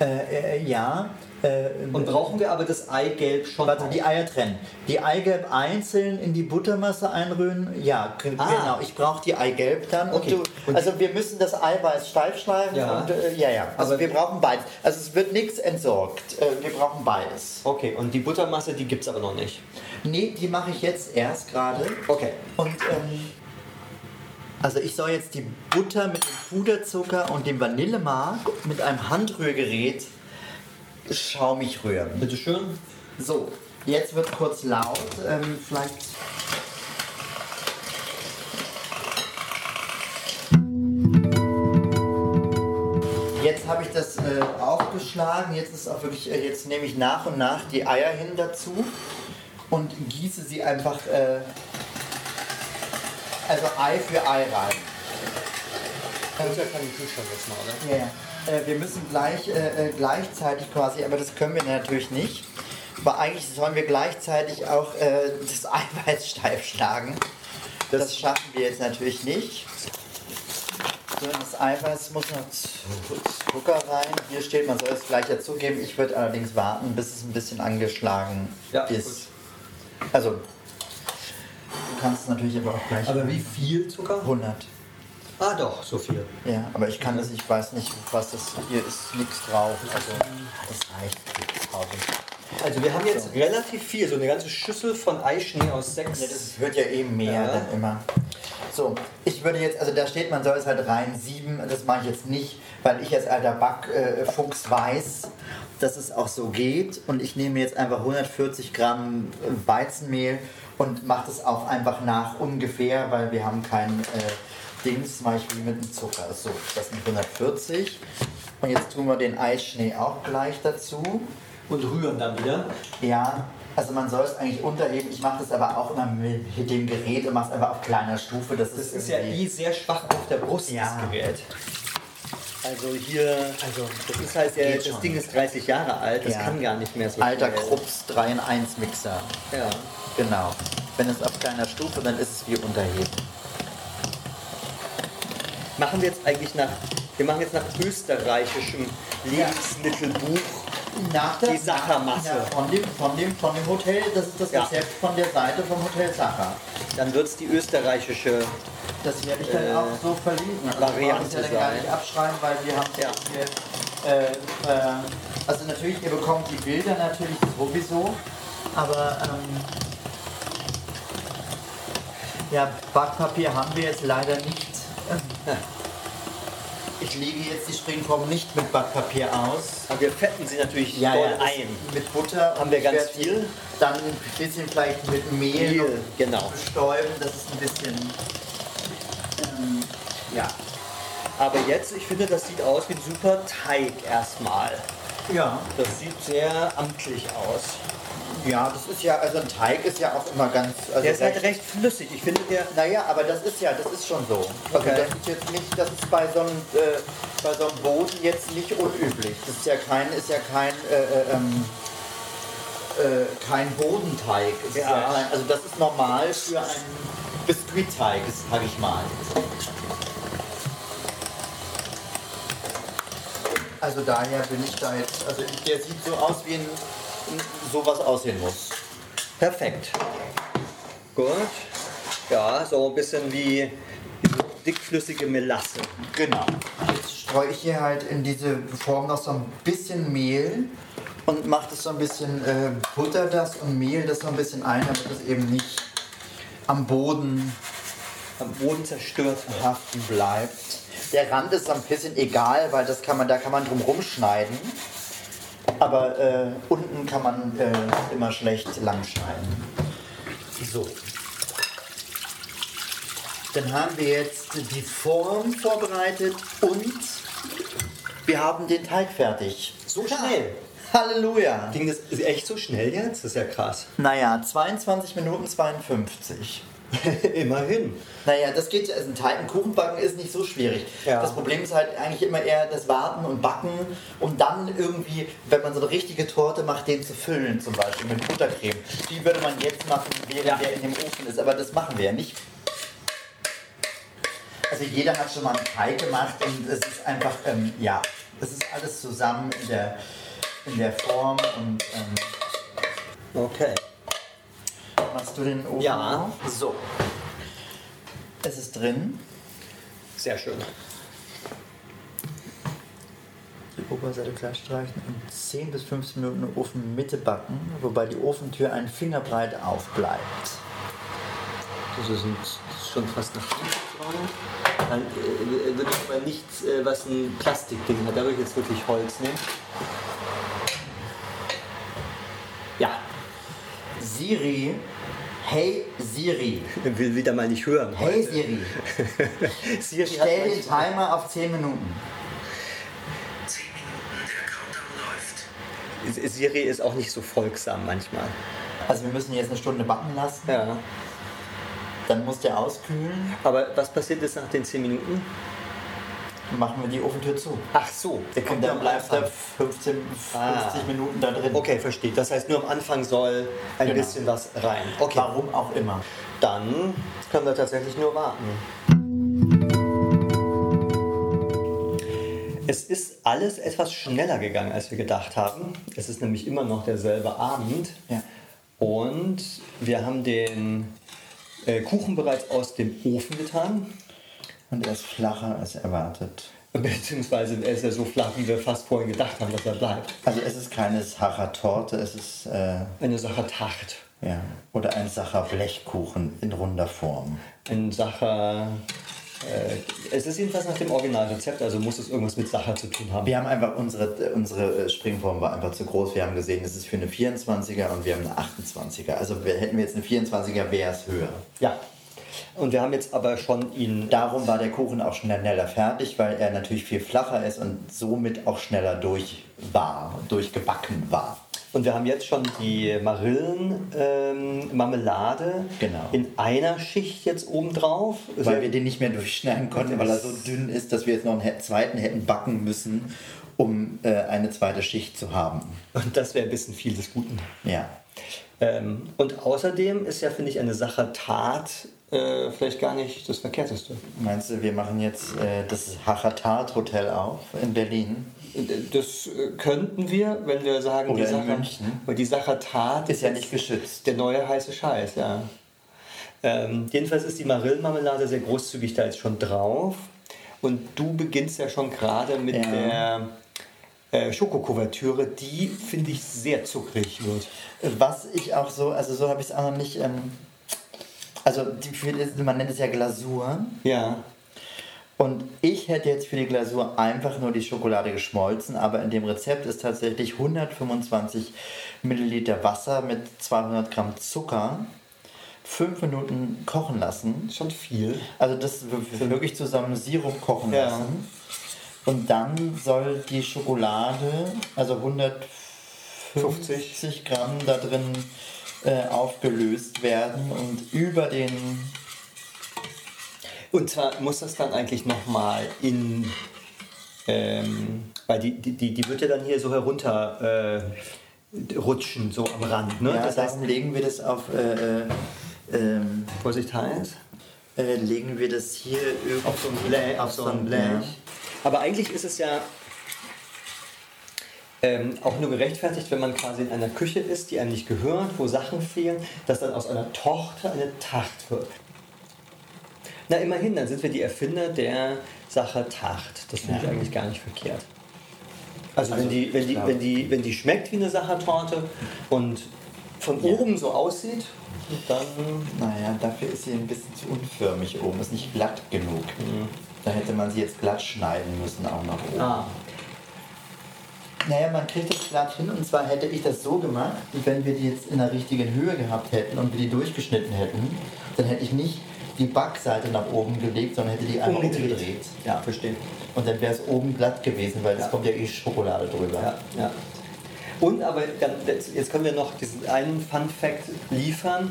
[SPEAKER 1] äh, äh, ja. Äh,
[SPEAKER 2] Und brauchen wir aber das Eigelb schon?
[SPEAKER 1] Warte,
[SPEAKER 2] auch?
[SPEAKER 1] die Eier trennen. Die Eigelb einzeln in die Buttermasse einrühren. Ja, g-
[SPEAKER 2] Ah.
[SPEAKER 1] genau. Ich brauche die Eigelb dann.
[SPEAKER 2] Okay.
[SPEAKER 1] Und du,
[SPEAKER 2] Und-
[SPEAKER 1] also wir müssen das Eiweiß steif schneiden.
[SPEAKER 2] Ja.
[SPEAKER 1] Und, äh, ja, ja. Also
[SPEAKER 2] Aber-
[SPEAKER 1] wir brauchen beides. Also es wird nichts entsorgt. Äh, wir brauchen beides.
[SPEAKER 2] Okay, und die Buttermasse, die gibt es aber noch nicht.
[SPEAKER 1] Nee, die mache ich jetzt erst gerade.
[SPEAKER 2] Okay.
[SPEAKER 1] Und ähm, also ich soll jetzt die Butter mit dem Puderzucker und dem Vanillemark mit einem Handrührgerät schaumig rühren.
[SPEAKER 2] Bitte schön.
[SPEAKER 1] So, jetzt wird kurz laut. Ähm, vielleicht. Jetzt habe ich das äh, aufgeschlagen. Jetzt ist auch wirklich. Äh, jetzt nehme ich nach und nach die Eier hin dazu und gieße sie einfach. Äh, also Ei für Ei rein.
[SPEAKER 2] Holger kann den Kühlschrank jetzt ne? mal, oder?
[SPEAKER 1] Ja, ja. Äh, wir müssen gleich, äh, äh, gleichzeitig quasi, aber das können wir natürlich nicht. Aber eigentlich sollen wir gleichzeitig auch äh, das Eiweiß steif schlagen. Das, schaffen wir jetzt natürlich nicht. Sondern das Eiweiß muss noch zu- Zucker rein. Hier steht, man soll es gleich dazugeben. Ich würde allerdings warten, bis es ein bisschen angeschlagen
[SPEAKER 2] Ja,
[SPEAKER 1] ist. Also, du kannst es natürlich aber auch gleich.
[SPEAKER 2] Aber wie viel Zucker?
[SPEAKER 1] 100.
[SPEAKER 2] Ah, doch, so viel.
[SPEAKER 1] Ja, aber ich kann das, ich weiß nicht, was das hier ist, nichts drauf. Also, das reicht. glaube ich.
[SPEAKER 2] Also, wir haben jetzt relativ viel, so eine ganze Schüssel von Eischnee aus sechs.
[SPEAKER 1] Ja, das wird ja eben mehr
[SPEAKER 2] Ja.
[SPEAKER 1] dann immer. So, ich würde jetzt, also da steht, man soll es halt rein sieben, das mache ich jetzt nicht, weil ich als alter Backfuchs weiß, dass es auch so geht und ich nehme jetzt einfach 140 Gramm Weizenmehl und mache das auch einfach nach ungefähr, weil wir haben kein äh, Dings, mache ich wie mit dem Zucker. So, das sind 140 und jetzt tun wir den Eisschnee auch gleich dazu.
[SPEAKER 2] Und rühren dann wieder.
[SPEAKER 1] Ja, also man soll es eigentlich unterheben. Ich mache das aber auch immer mit dem Gerät und mache es einfach auf kleiner Stufe. Das,
[SPEAKER 2] Das ist ja eh
[SPEAKER 1] irgendwie-
[SPEAKER 2] sehr schwach auf der Brust,
[SPEAKER 1] Ja.
[SPEAKER 2] das Gerät. Also hier, also das ist halt,
[SPEAKER 1] Geht
[SPEAKER 2] der, das
[SPEAKER 1] schon.
[SPEAKER 2] Ding ist 30 Jahre alt, das
[SPEAKER 1] Ja.
[SPEAKER 2] kann gar nicht mehr so
[SPEAKER 1] Alter
[SPEAKER 2] schnell.
[SPEAKER 1] Krups 3 in 1 Mixer.
[SPEAKER 2] Ja.
[SPEAKER 1] Genau. Wenn es auf kleiner Stufe, dann ist es wie unterheben.
[SPEAKER 2] Machen wir jetzt eigentlich nach, wir machen jetzt nach österreichischem Lebensmittelbuch.
[SPEAKER 1] Nach
[SPEAKER 2] der- Die Sachermasse.
[SPEAKER 1] Ja, von, dem, von, dem, von dem Hotel, das ist das
[SPEAKER 2] Ja.
[SPEAKER 1] Rezept von der Seite vom Hotel Sacher.
[SPEAKER 2] Dann wird es die österreichische
[SPEAKER 1] Das werde ich dann
[SPEAKER 2] Äh,
[SPEAKER 1] auch so verlinken. Also
[SPEAKER 2] Variante
[SPEAKER 1] ich ja dann gar
[SPEAKER 2] sein.
[SPEAKER 1] nicht abschreiben, weil wir haben
[SPEAKER 2] Ja.
[SPEAKER 1] hier, äh, äh, also natürlich, ihr bekommt die Bilder natürlich sowieso, aber ähm, ja, Backpapier haben wir jetzt leider nicht. Ich lege jetzt die Springform nicht mit Backpapier aus.
[SPEAKER 2] Aber wir fetten sie natürlich
[SPEAKER 1] Ja,
[SPEAKER 2] voll
[SPEAKER 1] ja, das
[SPEAKER 2] ein.
[SPEAKER 1] Mit Butter. und
[SPEAKER 2] Haben wir
[SPEAKER 1] ich
[SPEAKER 2] ganz
[SPEAKER 1] werde die
[SPEAKER 2] viel?
[SPEAKER 1] Dann ein bisschen vielleicht mit Mehl,
[SPEAKER 2] Mehl,
[SPEAKER 1] noch
[SPEAKER 2] genau.
[SPEAKER 1] bestäuben, dass es ein bisschen. Ähm, ja.
[SPEAKER 2] Aber jetzt, ich finde, das sieht aus wie ein super Teig erstmal.
[SPEAKER 1] Ja.
[SPEAKER 2] Das sieht sehr amtlich aus.
[SPEAKER 1] Ja, das ist ja, also ein Teig ist ja auch immer ganz. Also
[SPEAKER 2] Der ist halt recht flüssig. Ich finde, der
[SPEAKER 1] Naja, aber das ist ja, das ist schon so. Also
[SPEAKER 2] Okay.
[SPEAKER 1] das ist jetzt nicht, das ist bei so einem, äh, bei so einem Boden jetzt nicht unüblich. Das ist ja kein, ist ja kein, äh, äh, ähm, äh, kein Bodenteig. Es Ist
[SPEAKER 2] Ja.
[SPEAKER 1] ja kein, also das ist normal für einen Biskuitteig, sag ich mal. Also daher bin ich da jetzt, also der sieht so aus wie ein, ein- sowas aussehen muss.
[SPEAKER 2] Perfekt. Gut. Ja, so ein bisschen wie dickflüssige Melasse.
[SPEAKER 1] Genau. Jetzt streue ich hier halt in diese Form noch so ein bisschen Mehl und mache das so ein bisschen, äh, butter das und Mehl das so ein bisschen ein, damit das eben nicht am Boden
[SPEAKER 2] Am Boden zerstört. wird.
[SPEAKER 1] haften bleibt. Der Rand ist so ein bisschen egal, weil das kann man, da kann man drum rumschneiden. Aber äh, unten kann man äh, immer schlecht lang schneiden. So. Dann haben wir jetzt die Form vorbereitet und wir haben den Teig fertig.
[SPEAKER 2] So schnell.
[SPEAKER 1] Halleluja!
[SPEAKER 2] Ging das ist echt so schnell jetzt? Das ist ja krass.
[SPEAKER 1] Naja, 22 Minuten 52.
[SPEAKER 2] Immerhin.
[SPEAKER 1] Naja, das geht, also ein Teig, ein Kuchen backen ist nicht so schwierig.
[SPEAKER 2] Ja.
[SPEAKER 1] Das Problem ist halt eigentlich immer eher das Warten und Backen und dann irgendwie, wenn man so eine richtige Torte macht, den zu füllen zum Beispiel mit Buttercreme. Die würde man jetzt machen, während
[SPEAKER 2] Ja.
[SPEAKER 1] der in dem Ofen ist, aber das machen wir ja nicht. Also jeder hat schon mal einen Teig gemacht und es ist einfach, ähm, ja, es ist alles zusammen in der, in der Form und ähm,
[SPEAKER 2] Okay.
[SPEAKER 1] machst du den Ofen
[SPEAKER 2] Ja.
[SPEAKER 1] auf? So. Es ist drin.
[SPEAKER 2] Sehr schön.
[SPEAKER 1] Die Oberseite glatt streichen und 10 bis 15 Minuten in Ofenmitte backen, wobei die Ofentür einen Fingerbreit aufbleibt.
[SPEAKER 2] Das ist, ein, das ist schon fast ein Kunstbraun. Dann äh, würde ich aber nichts, äh, was ein Plastikding hat. Da würde ich jetzt wirklich Holz nehmen. Ja,
[SPEAKER 1] Siri, hey Siri,
[SPEAKER 2] will wieder mal nicht hören.
[SPEAKER 1] hey Siri,
[SPEAKER 2] Siri hat
[SPEAKER 1] stell den
[SPEAKER 2] manchmal-
[SPEAKER 1] Timer auf 10 Minuten.
[SPEAKER 2] Siri ist auch nicht so folgsam manchmal.
[SPEAKER 1] Also wir müssen jetzt eine Stunde backen lassen,
[SPEAKER 2] Ja.
[SPEAKER 1] dann muss der auskühlen.
[SPEAKER 2] Aber was passiert jetzt nach den 10 Minuten?
[SPEAKER 1] machen wir die Ofentür zu.
[SPEAKER 2] Ach so, der
[SPEAKER 1] Und
[SPEAKER 2] kommt
[SPEAKER 1] dann
[SPEAKER 2] dann
[SPEAKER 1] bleibt
[SPEAKER 2] bleibt
[SPEAKER 1] er
[SPEAKER 2] an.
[SPEAKER 1] 15, 50
[SPEAKER 2] Ah.
[SPEAKER 1] Minuten da drin.
[SPEAKER 2] Okay, verstehe. Das heißt, nur am Anfang soll ein
[SPEAKER 1] Genau.
[SPEAKER 2] bisschen was rein. Okay,
[SPEAKER 1] Warum auch immer.
[SPEAKER 2] dann können wir tatsächlich nur warten. Es ist alles etwas schneller gegangen, als wir gedacht haben. Es ist nämlich immer noch derselbe Abend.
[SPEAKER 1] Ja.
[SPEAKER 2] Und wir haben den äh, Kuchen bereits aus dem Ofen getan.
[SPEAKER 1] Und er ist flacher als erwartet.
[SPEAKER 2] Beziehungsweise er ist ja so flach, wie wir fast vorhin gedacht haben, dass er bleibt.
[SPEAKER 1] Also es ist keine Sacher-Torte, es ist äh,
[SPEAKER 2] Eine Sache Tacht.
[SPEAKER 1] ja oder ein Sacher-Blechkuchen in runder Form.
[SPEAKER 2] Ein Sacher. Äh, es ist jedenfalls nach dem Originalrezept, also muss es irgendwas mit Sacher zu tun haben.
[SPEAKER 1] Wir haben einfach unsere unsere äh, Springform war einfach zu groß. Wir haben gesehen, es ist für eine 24er und wir haben eine 28er. Also wir, hätten wir jetzt eine 24er, wäre es höher.
[SPEAKER 2] Ja. Und wir haben jetzt aber schon ihn.
[SPEAKER 1] Darum war der Kuchen auch schneller fertig, weil er natürlich viel flacher ist und somit auch schneller durch war, durchgebacken war.
[SPEAKER 2] Und wir haben jetzt schon die Marillen-Marmelade
[SPEAKER 1] Genau.
[SPEAKER 2] in einer Schicht jetzt oben drauf.
[SPEAKER 1] Weil wir den nicht mehr durchschneiden konnten, weil er so dünn Also ist, dass wir jetzt noch einen hä- zweiten hätten backen müssen, um äh, eine zweite Schicht zu haben.
[SPEAKER 2] Und das wäre ein bisschen viel des Guten.
[SPEAKER 1] Ja.
[SPEAKER 2] Ähm, und außerdem ist ja, finde ich, eine Sache Tat äh, vielleicht gar nicht das Verkehrteste.
[SPEAKER 1] Meinst du, wir machen jetzt äh, das Hachatat Hotel auf in Berlin?
[SPEAKER 2] Das äh, könnten wir, wenn wir sagen,
[SPEAKER 1] Oder
[SPEAKER 2] die
[SPEAKER 1] in
[SPEAKER 2] Sache,
[SPEAKER 1] München.
[SPEAKER 2] weil die Sache Tat
[SPEAKER 1] Ist ja nicht geschützt.
[SPEAKER 2] der neue heiße Scheiß, ja. Ähm, jedenfalls ist die Marillenmarmelade sehr großzügig da jetzt schon drauf. Und du beginnst ja schon gerade mit
[SPEAKER 1] Ja.
[SPEAKER 2] der äh, Schokokuvertüre, die, finde ich, sehr zuckrig wird.
[SPEAKER 1] äh, Was ich auch so, also so habe ich es auch noch nicht. Ähm, also die, für, man nennt es ja Glasur.
[SPEAKER 2] Ja.
[SPEAKER 1] Und ich hätte jetzt für die Glasur einfach nur die Schokolade geschmolzen, aber in dem Rezept ist tatsächlich 125 Milliliter Wasser mit 200 Gramm Zucker. Fünf Minuten kochen lassen.
[SPEAKER 2] Schon viel.
[SPEAKER 1] Also das wir- wir wirklich zusammen Sirup kochen
[SPEAKER 2] Mhm. Ja.
[SPEAKER 1] lassen. Und dann soll die Schokolade, also 150 Gramm da drin äh, aufgelöst werden und über den
[SPEAKER 2] Und zwar muss das dann eigentlich nochmal in. Ähm, weil die, die, die, die wird ja dann hier so herunter äh, rutschen, so am Rand. Ne?
[SPEAKER 1] Ja,
[SPEAKER 2] das heißt,
[SPEAKER 1] darum legen wir das auf. Äh, äh, ähm,
[SPEAKER 2] Vorsicht halt. heiß.
[SPEAKER 1] äh, legen wir das hier irgendwo
[SPEAKER 2] Auf so ein Blech. Auf so ein Blech.
[SPEAKER 1] Ja.
[SPEAKER 2] Aber eigentlich ist es ja ähm, auch nur gerechtfertigt, wenn man quasi in einer Küche ist, die einem nicht gehört, wo Sachen fehlen, dass dann aus einer Tochter eine Tacht wird. Na immerhin, dann sind wir die Erfinder der Sache Tacht. Das finde ich
[SPEAKER 1] Ja.
[SPEAKER 2] eigentlich gar nicht verkehrt. Also,
[SPEAKER 1] Also,
[SPEAKER 2] wenn, die, wenn, die,
[SPEAKER 1] klar.
[SPEAKER 2] wenn, die, wenn die schmeckt wie eine Sachertorte und von oben so aussieht, dann
[SPEAKER 1] Naja, dafür ist sie ein bisschen zu unförmig oben, ist nicht glatt genug.
[SPEAKER 2] Mhm.
[SPEAKER 1] Da hätte man sie jetzt glatt schneiden müssen, auch nach oben.
[SPEAKER 2] ah,
[SPEAKER 1] Naja, man kriegt das glatt hin und zwar hätte ich das so gemacht, wenn wir die jetzt in der richtigen Höhe gehabt hätten und wir die durchgeschnitten hätten, dann hätte ich nicht die Backseite nach oben gelegt, sondern hätte die einmal
[SPEAKER 2] Umgedreht.
[SPEAKER 1] umgedreht. Ja.
[SPEAKER 2] verstehe.
[SPEAKER 1] Und dann wäre es oben glatt gewesen, weil es
[SPEAKER 2] Ja.
[SPEAKER 1] kommt ja eh Schokolade drüber.
[SPEAKER 2] Ja, ja. Und aber dann, jetzt jetzt können wir noch diesen einen Fun Fact liefern.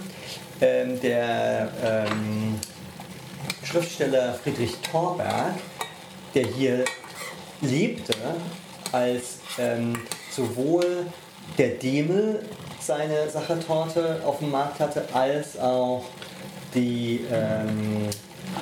[SPEAKER 2] Ähm, der ähm, Schriftsteller Friedrich Thorberg, der hier lebte, als ähm, sowohl der Demel seine Sachertorte auf dem Markt hatte, als auch die, ähm,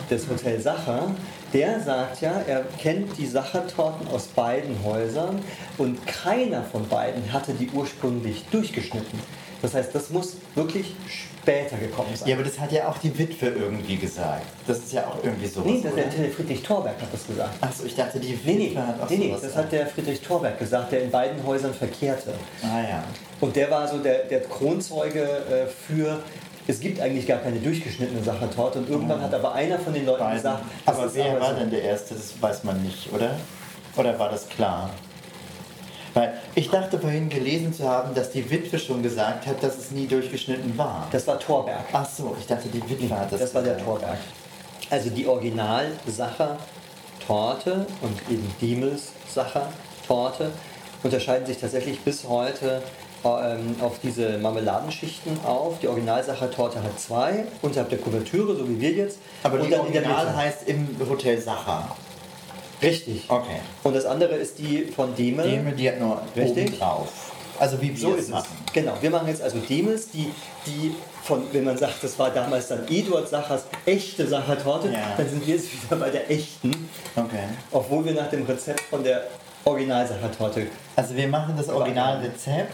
[SPEAKER 2] das Hotel Sacher, der sagt ja, er kennt die Sachertorten aus beiden Häusern und keiner von beiden hatte die ursprünglich durchgeschnitten. Das heißt, das muss wirklich später gekommen sein.
[SPEAKER 1] Ja, aber das hat ja auch die Witwe irgendwie gesagt. Das ist ja auch irgendwie so.
[SPEAKER 2] Nee, das hat der Friedrich Thorberg hat das gesagt.
[SPEAKER 1] Achso, ich dachte, die Witwe
[SPEAKER 2] Nee, nee,
[SPEAKER 1] hat auch
[SPEAKER 2] nee, nee
[SPEAKER 1] sowas halt.
[SPEAKER 2] das hat der Friedrich Thorberg gesagt, der in beiden Häusern verkehrte.
[SPEAKER 1] Ah ja.
[SPEAKER 2] Und der war so der, der Kronzeuge äh, für, es gibt eigentlich gar keine durchgeschnittene Sachertorte. Und irgendwann hat aber einer von den Leuten
[SPEAKER 1] Oh. Beiden.
[SPEAKER 2] gesagt, das
[SPEAKER 1] aber
[SPEAKER 2] ist
[SPEAKER 1] wer
[SPEAKER 2] aber
[SPEAKER 1] war
[SPEAKER 2] so.
[SPEAKER 1] denn der Erste? Das weiß man nicht, oder? Oder war das klar? Weil ich dachte vorhin gelesen zu haben, dass die Witwe schon gesagt hat, dass es nie durchgeschnitten war.
[SPEAKER 2] Das war Thorberg.
[SPEAKER 1] Ach so, ich dachte, die Witwe hat das
[SPEAKER 2] Das war der
[SPEAKER 1] gesagt.
[SPEAKER 2] Thorberg. Also die Original-Sacher-Torte und eben Diemels Sacher-Torte unterscheiden sich tatsächlich bis heute ähm, auf diese Marmeladenschichten auf. Die Original-Sacher-Torte hat zwei, unterhalb der Kuvertüre, so wie wir jetzt.
[SPEAKER 1] Aber
[SPEAKER 2] und
[SPEAKER 1] die
[SPEAKER 2] dann in der
[SPEAKER 1] Original
[SPEAKER 2] Mitte.
[SPEAKER 1] heißt im Hotel Sacher. Richtig.
[SPEAKER 3] Okay.
[SPEAKER 2] Und das andere ist die von Demel.
[SPEAKER 3] Nehmen die nur
[SPEAKER 2] Äh? Richtig.
[SPEAKER 3] oben drauf.
[SPEAKER 1] Also wie wir
[SPEAKER 2] So
[SPEAKER 1] es
[SPEAKER 2] ist es.
[SPEAKER 1] machen.
[SPEAKER 2] Genau. Wir machen jetzt also Demels, die, die von, wenn man sagt, das war damals dann Eduard Sachers echte Sachertorte,
[SPEAKER 3] Ja.
[SPEAKER 2] dann sind wir jetzt wieder bei der echten,
[SPEAKER 3] Okay.
[SPEAKER 2] obwohl wir nach dem Rezept von der Original-Sachertorte.
[SPEAKER 1] Also wir machen das Originalrezept.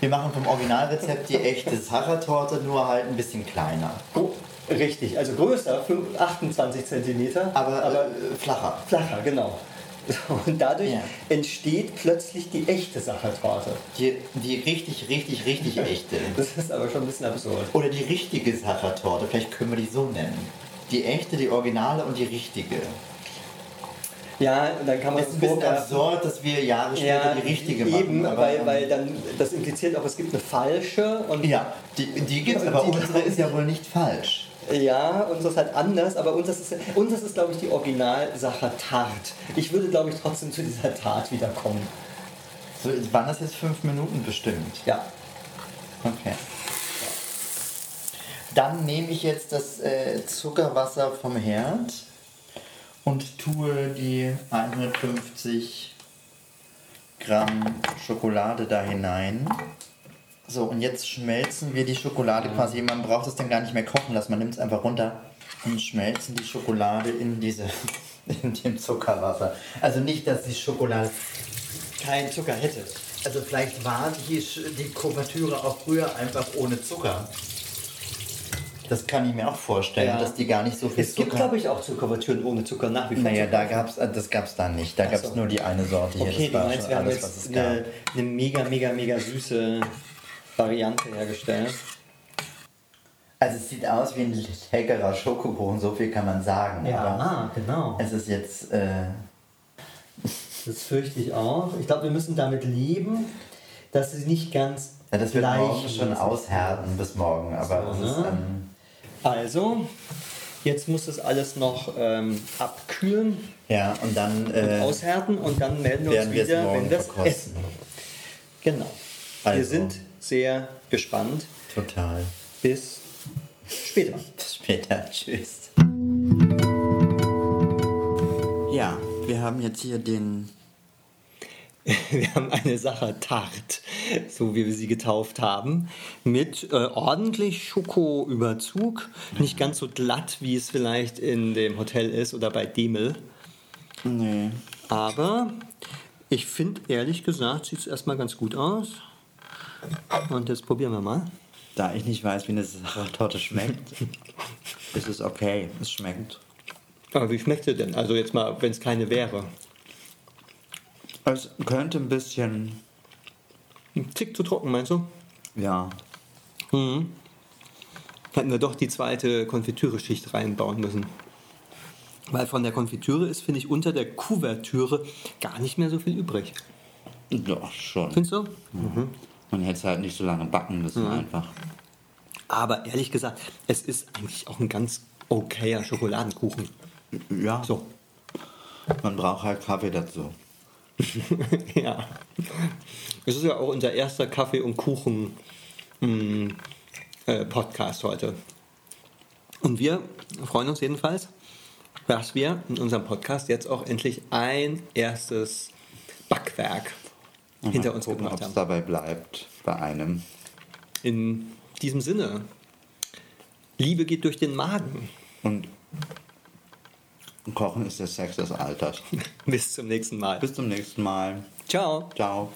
[SPEAKER 1] Wir machen vom Originalrezept die echte Sachertorte, nur halt ein bisschen kleiner.
[SPEAKER 2] Gro- Richtig, also größer, fünf- 28 cm,
[SPEAKER 1] Aber, äh, flacher.
[SPEAKER 2] flacher, genau. So, Und dadurch
[SPEAKER 3] Ja.
[SPEAKER 2] entsteht plötzlich die echte Sachertorte.
[SPEAKER 1] Die, die richtig, richtig, richtig echte.
[SPEAKER 2] Das ist aber schon ein bisschen absurd.
[SPEAKER 1] Oder die richtige Sachertorte, vielleicht können wir die so nennen. Die echte, die originale und die richtige.
[SPEAKER 2] Ja, und dann kann man
[SPEAKER 1] Es ist ein bisschen
[SPEAKER 2] vorwerfen,
[SPEAKER 1] absurd, dass wir Jahre später die richtige machen.
[SPEAKER 2] Eben,
[SPEAKER 1] aber,
[SPEAKER 2] weil,
[SPEAKER 1] ähm,
[SPEAKER 2] weil dann das impliziert auch, es gibt eine falsche und ja,
[SPEAKER 1] Ja, die, die gibt's,
[SPEAKER 2] Ja,
[SPEAKER 1] aber
[SPEAKER 2] die-
[SPEAKER 1] unsere ist ja wohl nicht falsch.
[SPEAKER 2] und das ist halt anders, aber uns das ist, uns das ist glaube ich, die Originalsache Tart. Ich würde, glaube ich, trotzdem zu dieser Tat wiederkommen.
[SPEAKER 1] So, waren das jetzt fünf Minuten bestimmt?
[SPEAKER 2] Ja.
[SPEAKER 1] Okay. Dann nehme ich jetzt das äh, Zuckerwasser vom Herd und tue die 150 Gramm Schokolade da hinein. So, und jetzt schmelzen wir die Schokolade quasi. Man braucht es dann gar nicht mehr kochen lassen. Man nimmt es einfach runter und schmelzen die Schokolade in diese in dem Zuckerwasser. Also nicht, dass die Schokolade keinen Zucker hätte. Also vielleicht war die, Sch- die Kuvertüre auch früher einfach ohne Zucker. Das kann ich mir auch vorstellen,
[SPEAKER 2] Ja.
[SPEAKER 1] dass die gar nicht so viel
[SPEAKER 2] Es
[SPEAKER 1] Zucker...
[SPEAKER 2] gibt, glaube ich, auch Zuckerwatüren ohne Zucker nach wie vor.
[SPEAKER 1] naja, da gab's, äh, das gab es da nicht. Da gab es
[SPEAKER 2] so.
[SPEAKER 1] nur die eine Sorte hier.
[SPEAKER 2] Okay,
[SPEAKER 1] das
[SPEAKER 2] du
[SPEAKER 1] war
[SPEAKER 2] meinst,
[SPEAKER 1] schon
[SPEAKER 2] wir haben
[SPEAKER 1] alles, was
[SPEAKER 2] jetzt
[SPEAKER 1] es gab.
[SPEAKER 2] eine, eine mega, mega, mega süße Variante hergestellt.
[SPEAKER 1] Also es sieht aus wie ein leckerer Schokokuchen, so viel kann man sagen. aber
[SPEAKER 2] ah, genau.
[SPEAKER 1] es ist jetzt... Äh,
[SPEAKER 2] Das fürchte ich auch. Ich glaube, wir müssen damit leben, dass sie nicht ganz
[SPEAKER 1] Ja, das wird morgen schon
[SPEAKER 2] gleichmäßig
[SPEAKER 1] aushärten bis morgen, aber
[SPEAKER 2] So,
[SPEAKER 1] es ist,
[SPEAKER 2] ne?
[SPEAKER 1] ähm,
[SPEAKER 2] sind. Also, jetzt muss das alles noch ähm, abkühlen,
[SPEAKER 1] ja und dann äh,
[SPEAKER 2] aushärten und dann melden wir uns
[SPEAKER 1] werden wir es
[SPEAKER 2] wieder,
[SPEAKER 1] morgen
[SPEAKER 2] wenn wir es
[SPEAKER 1] verkosten.
[SPEAKER 2] essen. Genau. Wir
[SPEAKER 1] Also.
[SPEAKER 2] sind sehr gespannt.
[SPEAKER 1] Total.
[SPEAKER 2] Bis später.
[SPEAKER 1] Bis später, tschüss. Ja, wir haben jetzt hier den
[SPEAKER 2] Wir haben eine Sache Tart, so wie wir sie getauft haben, mit äh, ordentlich Schokoüberzug, nicht ganz so glatt, wie es vielleicht in dem Hotel ist oder bei Demel.
[SPEAKER 1] nee.
[SPEAKER 2] Aber ich finde, ehrlich gesagt, sieht es erstmal ganz gut aus. Und jetzt probieren wir mal.
[SPEAKER 1] Da ich nicht weiß, wie eine Sachertorte schmeckt, ist es okay. Es schmeckt.
[SPEAKER 2] Aber wie schmeckt sie denn? Also jetzt mal, wenn es keine wäre.
[SPEAKER 1] Es könnte ein bisschen,
[SPEAKER 2] Ein Tick zu trocken, meinst du?
[SPEAKER 1] ja,
[SPEAKER 2] Mhm. Hätten wir doch die zweite Konfitüre-Schicht reinbauen müssen. Weil von der Konfitüre ist, finde ich, unter der Kuvertüre gar nicht mehr so viel übrig.
[SPEAKER 1] doch schon.
[SPEAKER 2] Findest du?
[SPEAKER 1] Man hätte es halt nicht so lange backen müssen einfach.
[SPEAKER 2] Aber ehrlich gesagt, es ist eigentlich auch ein ganz okayer Schokoladenkuchen.
[SPEAKER 1] Ja,
[SPEAKER 2] So.
[SPEAKER 1] man braucht halt Kaffee dazu.
[SPEAKER 2] ja. Es ist ja auch unser erster Kaffee- und Kuchen-Podcast heute. Und wir freuen uns jedenfalls, dass wir in unserem Podcast jetzt auch endlich ein erstes Backwerk hinter uns
[SPEAKER 1] gucken, ob
[SPEAKER 2] gebracht
[SPEAKER 1] es
[SPEAKER 2] haben.
[SPEAKER 1] dabei bleibt bei einem.
[SPEAKER 2] In diesem Sinne, Liebe geht durch den Magen.
[SPEAKER 1] Und Kochen ist der Sex des Alters.
[SPEAKER 2] Bis zum nächsten Mal.
[SPEAKER 1] Bis zum nächsten Mal.
[SPEAKER 2] Ciao.
[SPEAKER 1] Ciao.